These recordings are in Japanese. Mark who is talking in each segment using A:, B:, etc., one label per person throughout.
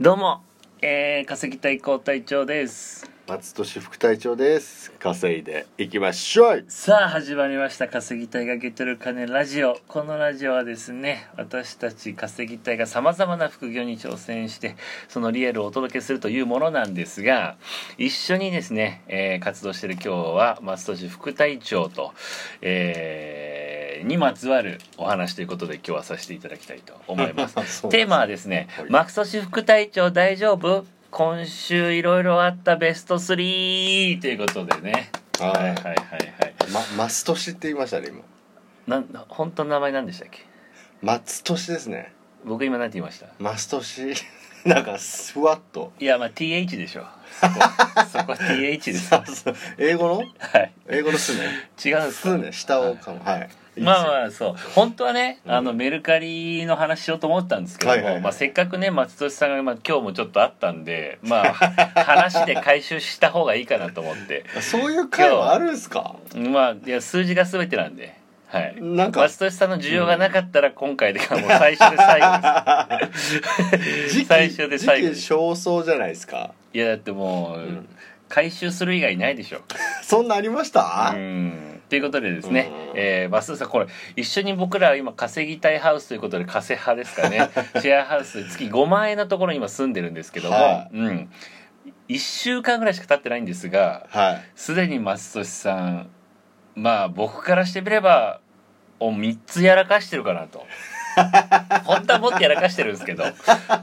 A: どうも、えー、稼ぎたい高隊長です
B: 松戸市副隊長です稼いでいきましょう
A: さあ始まりました稼ぎたいがゲットる金ラジオこのラジオはですね私たち稼ぎたいがさまざまな副業に挑戦してそのリアルをお届けするというものなんですが一緒にですね、えー活動してる今日は松戸市副隊長と、えーにまつわるお話ということで今日はさせていただきたいと思います
B: そう
A: テーマはですね
B: は
A: 「
B: い
A: マクソシ副隊長大丈夫今週いろいろあったベスト3」ということでねは
B: はい
A: はい
B: い
A: はいはい
B: ま松戸市って言いましたね今
A: なん本当の名前なんでしたっけ
B: 松戸市ですね
A: 僕今何て言いました
B: 松戸市 なんかふわっと
A: いやまあ TH でしょそこそこ TH です
B: さそう英語の
A: はい
B: 英語のすね
A: 違うんです
B: す
A: か
B: ね下をかもはい
A: まあ
B: あ
A: まあそう本当はね、
B: うん
A: あのメルカリの話しようと思ったんですけども、
B: はいはいはい
A: まあ、せっかくね松戸さんが、まあ、今日もちょっとあったんでま あ話で回収した方がいいかなと思って
B: そういう会はあるんすか
A: まあいや数字が全てなんではい
B: なんか
A: 松戸さんの需要がなかったら今回でもう最初で最後です
B: 時期
A: 最初で最後で
B: 時期尚早じゃないですか
A: いやだってもう、
B: ん
A: 回収する以外ないでしょ
B: そんなありました
A: うんということでですね
B: うん、
A: えー、バスさんこれ一緒に僕らは今稼ぎたいハウスということで稼派ですか ねシェアハウス月5万円のところに今住んでるんですけども、
B: は
A: うん、1週間ぐらいしか経ってないんですが
B: はい
A: すでに松俊さんまあ僕からしてみればを3つやらかしてるかな と本当はもっとやらかしてるんですけど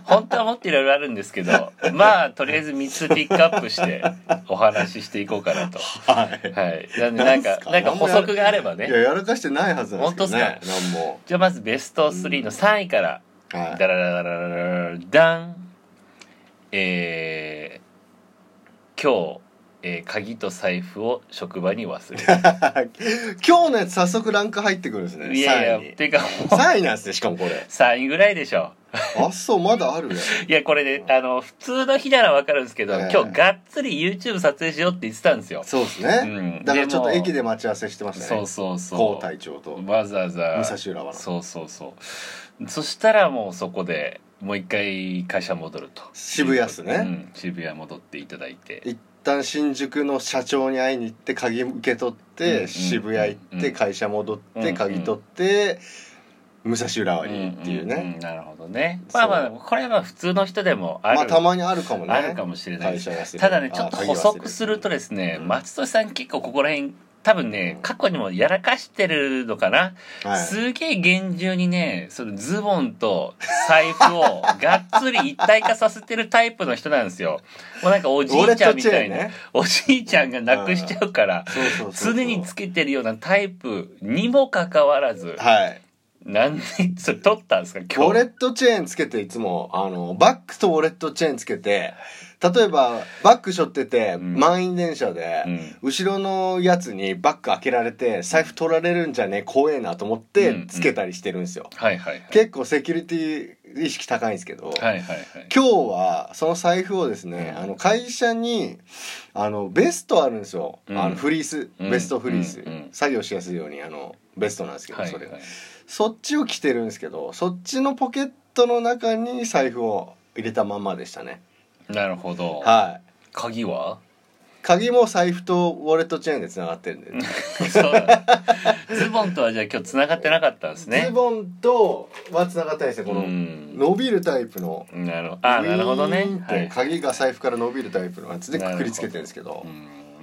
A: 本当はもっといろいろあるんですけどまあとりあえず3つピックアップしてお話ししていこうかなと。
B: はい
A: はい、なんでなん
B: なん
A: か
B: すか
A: なんか補足があれば
B: いや
A: ね
B: やらかしてないはずなんですけどね
A: 本当
B: なんも
A: じゃあまずベスト3の3位から
B: は
A: ダラダ
B: い
A: ラダラダラダンえー、今日、えー鍵と財布を職場に忘れた
B: 今日のやつ早速ランク入ってくるんですね
A: いやい
B: 3位
A: や
B: に
A: ていうかもう
B: 3位なんですねしかもこれ
A: 3位ぐらいでしょ
B: あそうまだあるね
A: いやこれねあの普通の日ならわかるんですけど、
B: ええ
A: 今日がっつり YouTube 撮影しようって言ってたんですよ、
B: そうです
A: う
B: ね、
A: ん、
B: だからちょっと
A: も
B: 駅で待ち合わせしてました
A: そう
B: ね
A: そうそう
B: 高隊長と
A: わざわざ
B: 武蔵浦和の
A: そうそうそうそしたらもうそこでもう一回会社戻ると
B: 渋谷っすね
A: うん、渋谷戻っていただいて
B: 一旦新宿の社長に会いに行って鍵受け取っ
A: うんうんう
B: て
A: ん
B: 渋谷行って会社戻っ
A: うんう
B: て
A: ん
B: 鍵取って武蔵浦和にっていう
A: うんん
B: ね
A: んなるほどね
B: そう
A: まあまあこれは普通の人でもある,、
B: まあたまにあるかもね
A: あるかもしれないで
B: 会
A: す
B: 社がして
A: ただねちょっと補足すると
B: ね
A: ですね、
B: うん
A: 松戸さん結構ここら辺多分ね過去にもやらかしてるのかな、すげえ厳重にねそのズボンと財布をがっつり一体化させてるタイプの人なんですよもうなんかおじいちゃんみたいな、おじいちゃんがなくしちゃうから
B: そうそうそうそう
A: 常につけてるようなタイプにもかかわらず
B: はい
A: なんでそれ取ったんですか
B: ウォレ
A: 今日
B: ットチェーンつけていつもあのバックとウォレットチェーンつけて例えばバック背負ってて、
A: ん
B: 満員電車で、
A: うん
B: 後ろのやつにバック開けられて財布取られるんじゃねえ怖えなと思って
A: うん
B: つけたりしてるんですよ、
A: はいはいはい
B: 結構セキュリティ意識高いんですけど、
A: はいはいはい
B: 今日はその財布をですね、
A: うん
B: あの会社にあのベストあるんですよ、
A: うん
B: あのフリース
A: うん
B: ベストフリース、
A: うんうん
B: 作業しやすいようにあのベストなんですけど、
A: はい
B: それ
A: はい
B: そっちを着てるんですけどそっちのポケットの中に財布を入れたまんまでしたね
A: なるほど
B: はい
A: 鍵は
B: 鍵も財布とウォレットチェーンでつながってるんで、
A: そうだズボンとはじゃあ今日つながってなかったんですね
B: ズボンとはつながってないですねこの
A: うん
B: 伸びるタイプの
A: なるほどあーなるほど
B: ウィーン
A: ね
B: っ、て
A: はい
B: 鍵が財布から伸びるタイプのやつで
A: なる
B: く
A: ほど
B: くりつけてるんですけど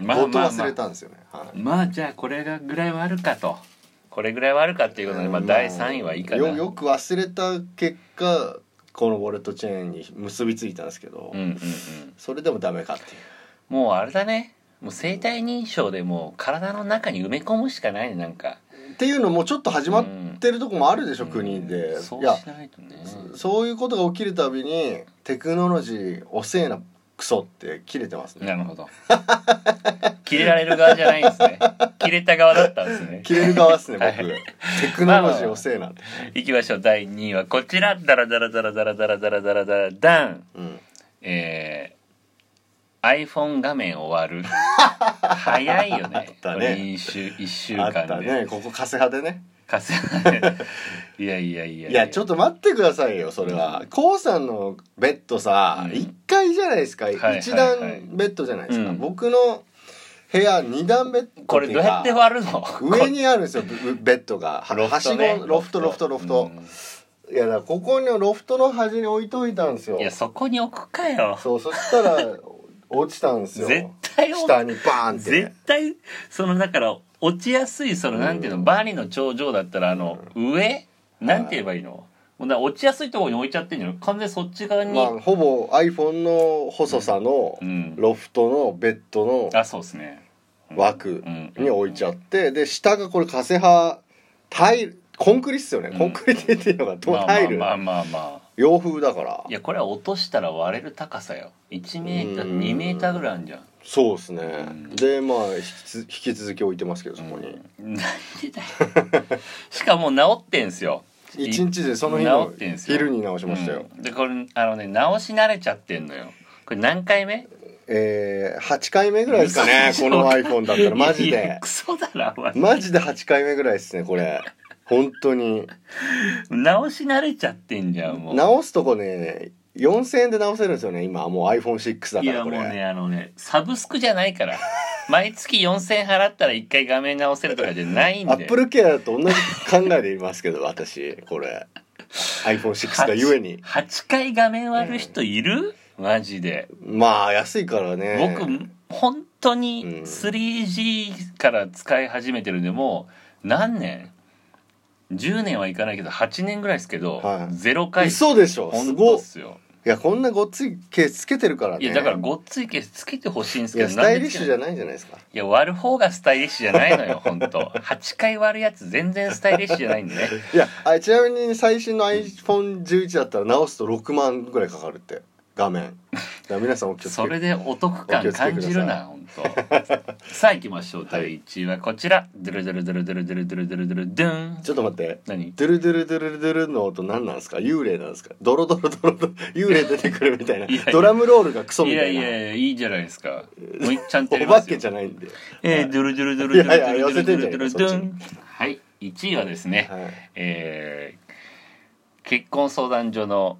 A: うんまあ
B: 音
A: まあ
B: 忘
A: まあ
B: れたんですよねはい
A: まあじゃあこれがぐらいはあるかとこれぐらいはあるかっていうことで、まあ、第3位はいいかな
B: よよく忘れた結果このウォレットチェーンに結びついたんですけど
A: うんうんうん
B: それでもダメかっていう
A: もうあれだねもう生体認証でもう体の中に埋め込むしかないねなんか
B: っていうのもちょっと始まってるとこもあるでしょ、国で、
A: うんそう
B: い
A: い
B: や
A: しないとね
B: そういうことが起きるたびにテクノロジー遅えなクソって切れてますね
A: なるほど切れられる側じゃないんですね切れた側だったんですね
B: 切れる側ですね僕、
A: はい
B: テクノロジー遅えなって、
A: いきましょう第2位はこちらダラダラダラダラダラダラダラダラダン
B: うん、
A: えー、iPhone 画面終わ る早いよね
B: あったね
A: これ一週一週
B: あ
A: 間
B: った
A: で、
B: ねここカセ派でね
A: 稼いいやいやいや
B: いやちょっと待ってくださいよそれは、こうさんのベッドさ、
A: うん
B: 一1階じゃないですか、
A: い
B: 一
A: はい
B: 段ベッドじゃないですか、
A: うん
B: 僕の部屋2段ベッド
A: こ
B: っ
A: れ
B: てい
A: どう
B: う
A: やっ
B: か
A: て割るの
B: 上にあるんですよブベッドがははし
A: ね
B: ごロフトロフトロフト、
A: う
B: いやだからここのロフトの端に置いといたんですよ
A: んいやそこに置くかよ
B: そうそした ら落ちたんですよ
A: 絶対置く
B: 下にバーンってね、
A: 絶対そのだから落ちやすいそのなんていうの、
B: うん
A: バーニーの頂上だったらあの上なんて言えばいいの、もうな落ちやすいところに置いちゃってんじゃん完全にそっち側に、
B: まあほぼ iPhone の細さの
A: うん
B: ロフトのベッドの
A: あそうですね
B: 枠
A: うん
B: に置いちゃってで下がこれカセ派タイルコンクリっすよね
A: うん
B: コンクリっていうのがどうタイル
A: まあまあまあまあ、まあ、
B: 洋風だから
A: いやこれは落としたら割れる高さよ1メータ
B: う
A: ー
B: ん
A: 2メーターぐらいあるじゃん
B: そうですね
A: ん
B: でまあ引きつ引き続き置いてますけどそこに
A: うんなんでだよしかも治ってんすよ
B: 一日でその日の
A: 治ってんすよ
B: 昼に直しましたよ
A: うんでこれあのね直し慣れちゃってんのよこれ何回目
B: えー8回目ぐらいですかね
A: 嘘
B: この iPhone だったらマジ
A: いや
B: で
A: クソだなお前
B: マジで8回目ぐらいですねこれ本当に
A: 直し慣れちゃってんじゃんもう
B: 直すとこね4000円で直せるんですよね今もう iPhone6 だ
A: い
B: から
A: や
B: こ
A: もう
B: れ
A: ねあのねサブスクじゃないから毎月4,000円払ったら一回画面直せるとかじゃないんで
B: アップルケアと同じ考えでいますけど私これ iPhone6 がゆえに
A: 8回画面割る人いる、マジで、
B: まあ安いからね
A: 僕本当
B: うん
A: に 3G から使い始めてるんでもう何年10年はいかないけど8年ぐらいですけど、
B: はい
A: ゼロ回
B: そうでしょす
A: 本
B: ご
A: 当っ
B: い
A: すよ
B: いやこんなごっついケースつけてるからね
A: いやだからごっついケースつけてほしいんです
B: い
A: け
B: や
A: ど
B: ス
A: な
B: タ
A: ん
B: イ
A: で
B: リッ
A: つけ
B: シ
A: な
B: ュ
A: い
B: じゃないじゃないですか
A: いや割る方がスタイリッシュじゃないのよ本当8回割るやつ全然スタイリッシュじゃないんでね
B: いやあちなみに最新の iPhone11 だったら直すと6万ぐらいかかるって画面だから皆さんお気をつけ
A: それでお得感感じるな本 当さあ行きましょう第1位はこちらドゥルドゥルドゥルドゥルドゥルドゥルドゥルドゥルドゥン
B: ちょっと待って
A: 何
B: ドゥルドゥルドゥルドゥルの音何なんですか幽霊なんですかドロドロドロドロ幽霊出てくるみたいな
A: いやいや
B: ドラムロールがクソ
A: い
B: みた
A: や
B: い
A: い
B: な
A: やいやいいじゃないですかもう一ちゃんとやり
B: お
A: ま
B: 化
A: すよ
B: けじゃないんで、
A: えードゥルドゥルドゥルドゥルドゥルドゥルドゥルドゥ
B: いやいや寄せてんじゃ
A: ンはい1位はですね
B: はい、
A: えー結婚相談所の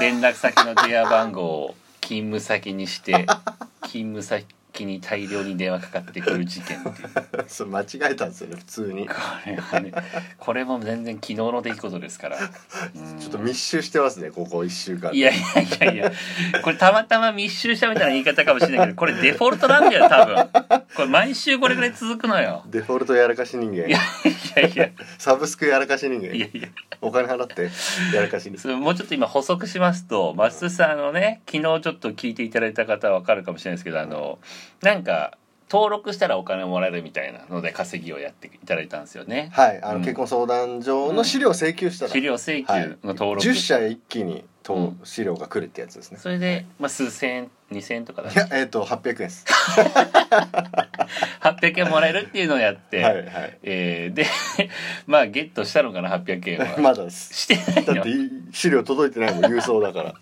A: 連絡先の電話番号を勤務先にして 勤務先に大量に電話かかってくる事件っていうこ
B: それ間違えたんですよね普通に
A: れはねこれも全然昨日の出来事ですからうん
B: ちょっと密集してますねここ1週間
A: いやいやいやいやこれたまたま密集したみたいな言い方かもしれないけどこれデフォルトなんだよ多分これ毎週これぐらい続くのよ
B: デフォルトやらかし人
A: いや
B: 間
A: いやいや
B: サブスクやらかし人間
A: いやいや
B: お金払ってやらかしに
A: それもうちょっと今補足しますと松さんあのね昨日ちょっと聞いていただいた方は分かるかもしれないですけどあのなんか登録したらお金もらえるみたいなので稼ぎをやっていただいたんですよね
B: はいあの、
A: うん
B: 結婚相談所の資料請求したら、
A: 資料請求の登録、
B: 10社一気にと、
A: うん
B: 資料が来るってやつですね
A: それで、まあ、数千円2000円とかだ
B: いやえっ、と800円です
A: 800円もらえるっていうのをやって、
B: はいはい
A: えーでまあゲットしたのかな800円は
B: まだです
A: してない
B: だ
A: の
B: ってい資料届いてないもん郵送だから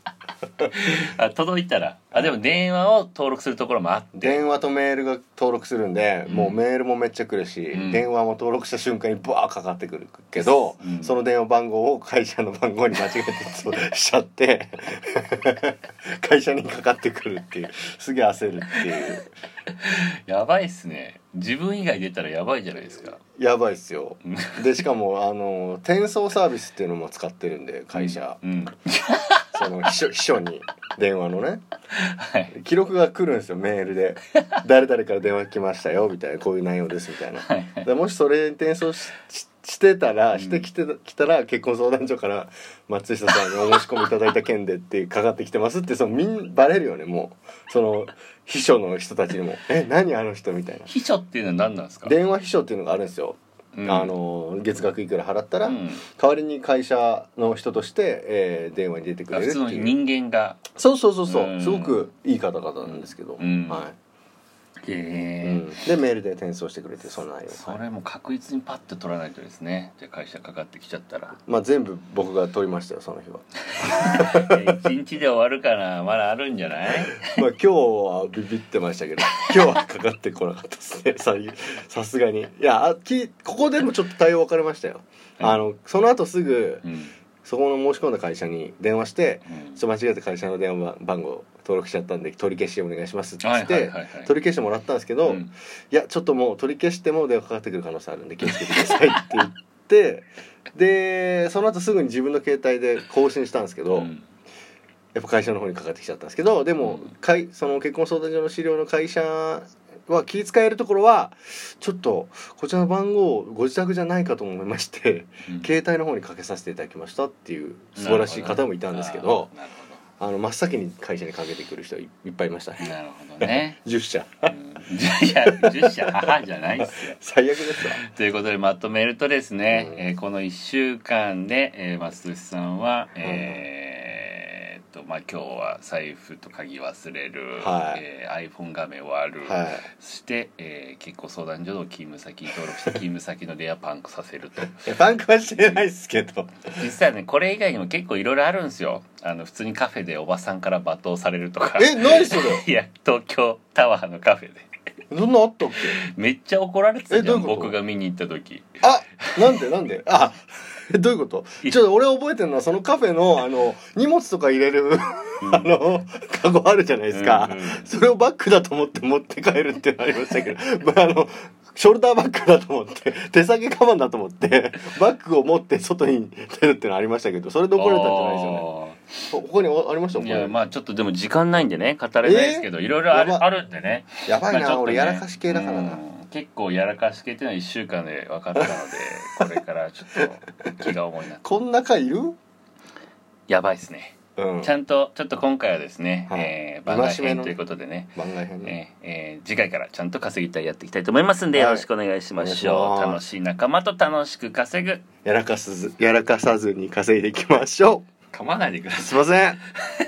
A: あ届いたらあでも電話を登録するところもあって
B: 電話とメールが登録するんで、
A: うん
B: もうメールもめっちゃ来るし、
A: うん
B: 電話も登録した瞬間にバーかかってくるけど、
A: うん
B: その電話番号を会社の番号に間違えてそうしちゃって 会社にかかってくるっていうすげえ焦るっていう
A: やばいっすね自分以外出たらやばいじゃないですか
B: やばいっすよ
A: うん
B: でしかもあの転送サービスっていうのも使ってるんで会社、
A: うん、
B: その 秘書秘書に電話のね
A: はい
B: 記録が来るんですよメールで「誰々から電話来ましたよ」みたいな「こういう内容です」みたいな
A: はいはい
B: でもしそれに転送しししてたら
A: ん
B: してきてきたら結婚相談所から「松下さんにお申し込みいただいた件で」ってかかってきてますってそのみんバレるよねもうその秘書の人たちにも「え何あの人」みたいな
A: 秘書っていうのは何なんですか、
B: 電話秘書っていうのがあるんですよ、
A: うん
B: あの月額いくら払ったら、
A: うん
B: 代わりに会社の人として、えー電話に出てくれる
A: 普
B: っ
A: 通の
B: ていう
A: 人間が
B: そうそうそうそううんすごくいい方々なんですけど、
A: うん
B: はう
A: え
B: ん、でメールで転送してくれてその内容
A: そ
B: はい
A: れも確実にパッと取らないとですねじゃあ会社かかってきちゃったら
B: まあ全部僕が撮りましたよその日は
A: えー一日で終わるからまだあるんじゃない
B: まあ今日はビビってましたけど 今日はかかってこなかったですね ささすがにいやあきここでもちょっと対応分かれましたよ
A: はい
B: あのその後すぐ
A: うん、
B: そこの申し込んだ会社に電話して
A: うん
B: ちょっと間違えて会社の電話番号登録しちゃったんで取り消しお願いしますって言
A: は
B: っ
A: い
B: て、
A: はいはいはい
B: 取り消してもらったんですけど、
A: うん
B: いやちょっともう取り消しても電話かかってくる可能性あるんで気をつけてくださいって言ってでその後すぐに自分の携帯で更新したんですけど、
A: うん
B: やっぱ会社の方にかかってきちゃったんですけどでも、
A: うん
B: かいその結婚相談所の資料の会社は気遣えるところはちょっとこちらの番号ご自宅じゃないかと思いまして、
A: うん
B: 携帯の方にかけさせていただきましたっていう素晴らしい方もいたんですけど
A: なるほ
B: あの真っ先に会社にかけてくる人いいっぱいいました
A: ど
B: ね
A: なるほどね
B: 10社
A: うんいや10社母じゃないっすよ
B: 最悪ですわ
A: ということでまとめるとですね、
B: うん
A: えーこの1週間で、えー、松寿さんは、えーっとまあ、今日は財布と鍵忘れる、
B: はい
A: えー iPhone 画面割る、
B: はい
A: そして、えー結婚相談所の勤務先に登録して勤務先のレアパンクさせると
B: いやパンクはしてないですけど
A: 実はねこれ以外にも結構いろいろあるんですよあの普通にカフェでおばさんから罵倒されるとか
B: え何それ
A: いや東京タワーのカフェで
B: そんなあったっ
A: めっちゃ怒られてたじゃ
B: え
A: ん
B: どういうこと
A: 僕が見に行った時
B: けあなんでなんであ えどういうことちょっと俺覚えてるのはそのカフェ のあの荷物とか入れる あのカゴあるじゃないですか、
A: うんうん
B: それをバッグだと思って持って帰るってなりましたけど、 まあ、あのショルダーバッグだと思 って手提げカバンだと思ってバッグを持って外に出るってのありましたけどそれで怒られたんじゃないですよね
A: あー
B: ここにありました
A: い
B: もん
A: やまあちょっとでも時間ないんでね語れないですけど、いろいろある
B: やば
A: あるんでね
B: やばいな、
A: まあちょっとね
B: 俺やらかし系だからな、
A: うん結構やらかし系っていうのは1週間で分か ったのでこれからちょっと気が重いな
B: こんな回いる
A: やばいですね、
B: うん
A: ちゃんとちょっと今回はですね、
B: はい
A: えー番外
B: 戒め
A: 編
B: のね
A: ということでね
B: 番外編ね
A: えーえー次回からちゃんと稼ぎたいやっていきたいと思いますんで、
B: はい
A: よろしくお願いしまし
B: お願
A: ょ
B: いうします
A: 楽しい仲間と楽しく稼ぐ
B: やらかすずやらかさずに稼いでいきましょ
A: 噛まないでくださいう
B: すいません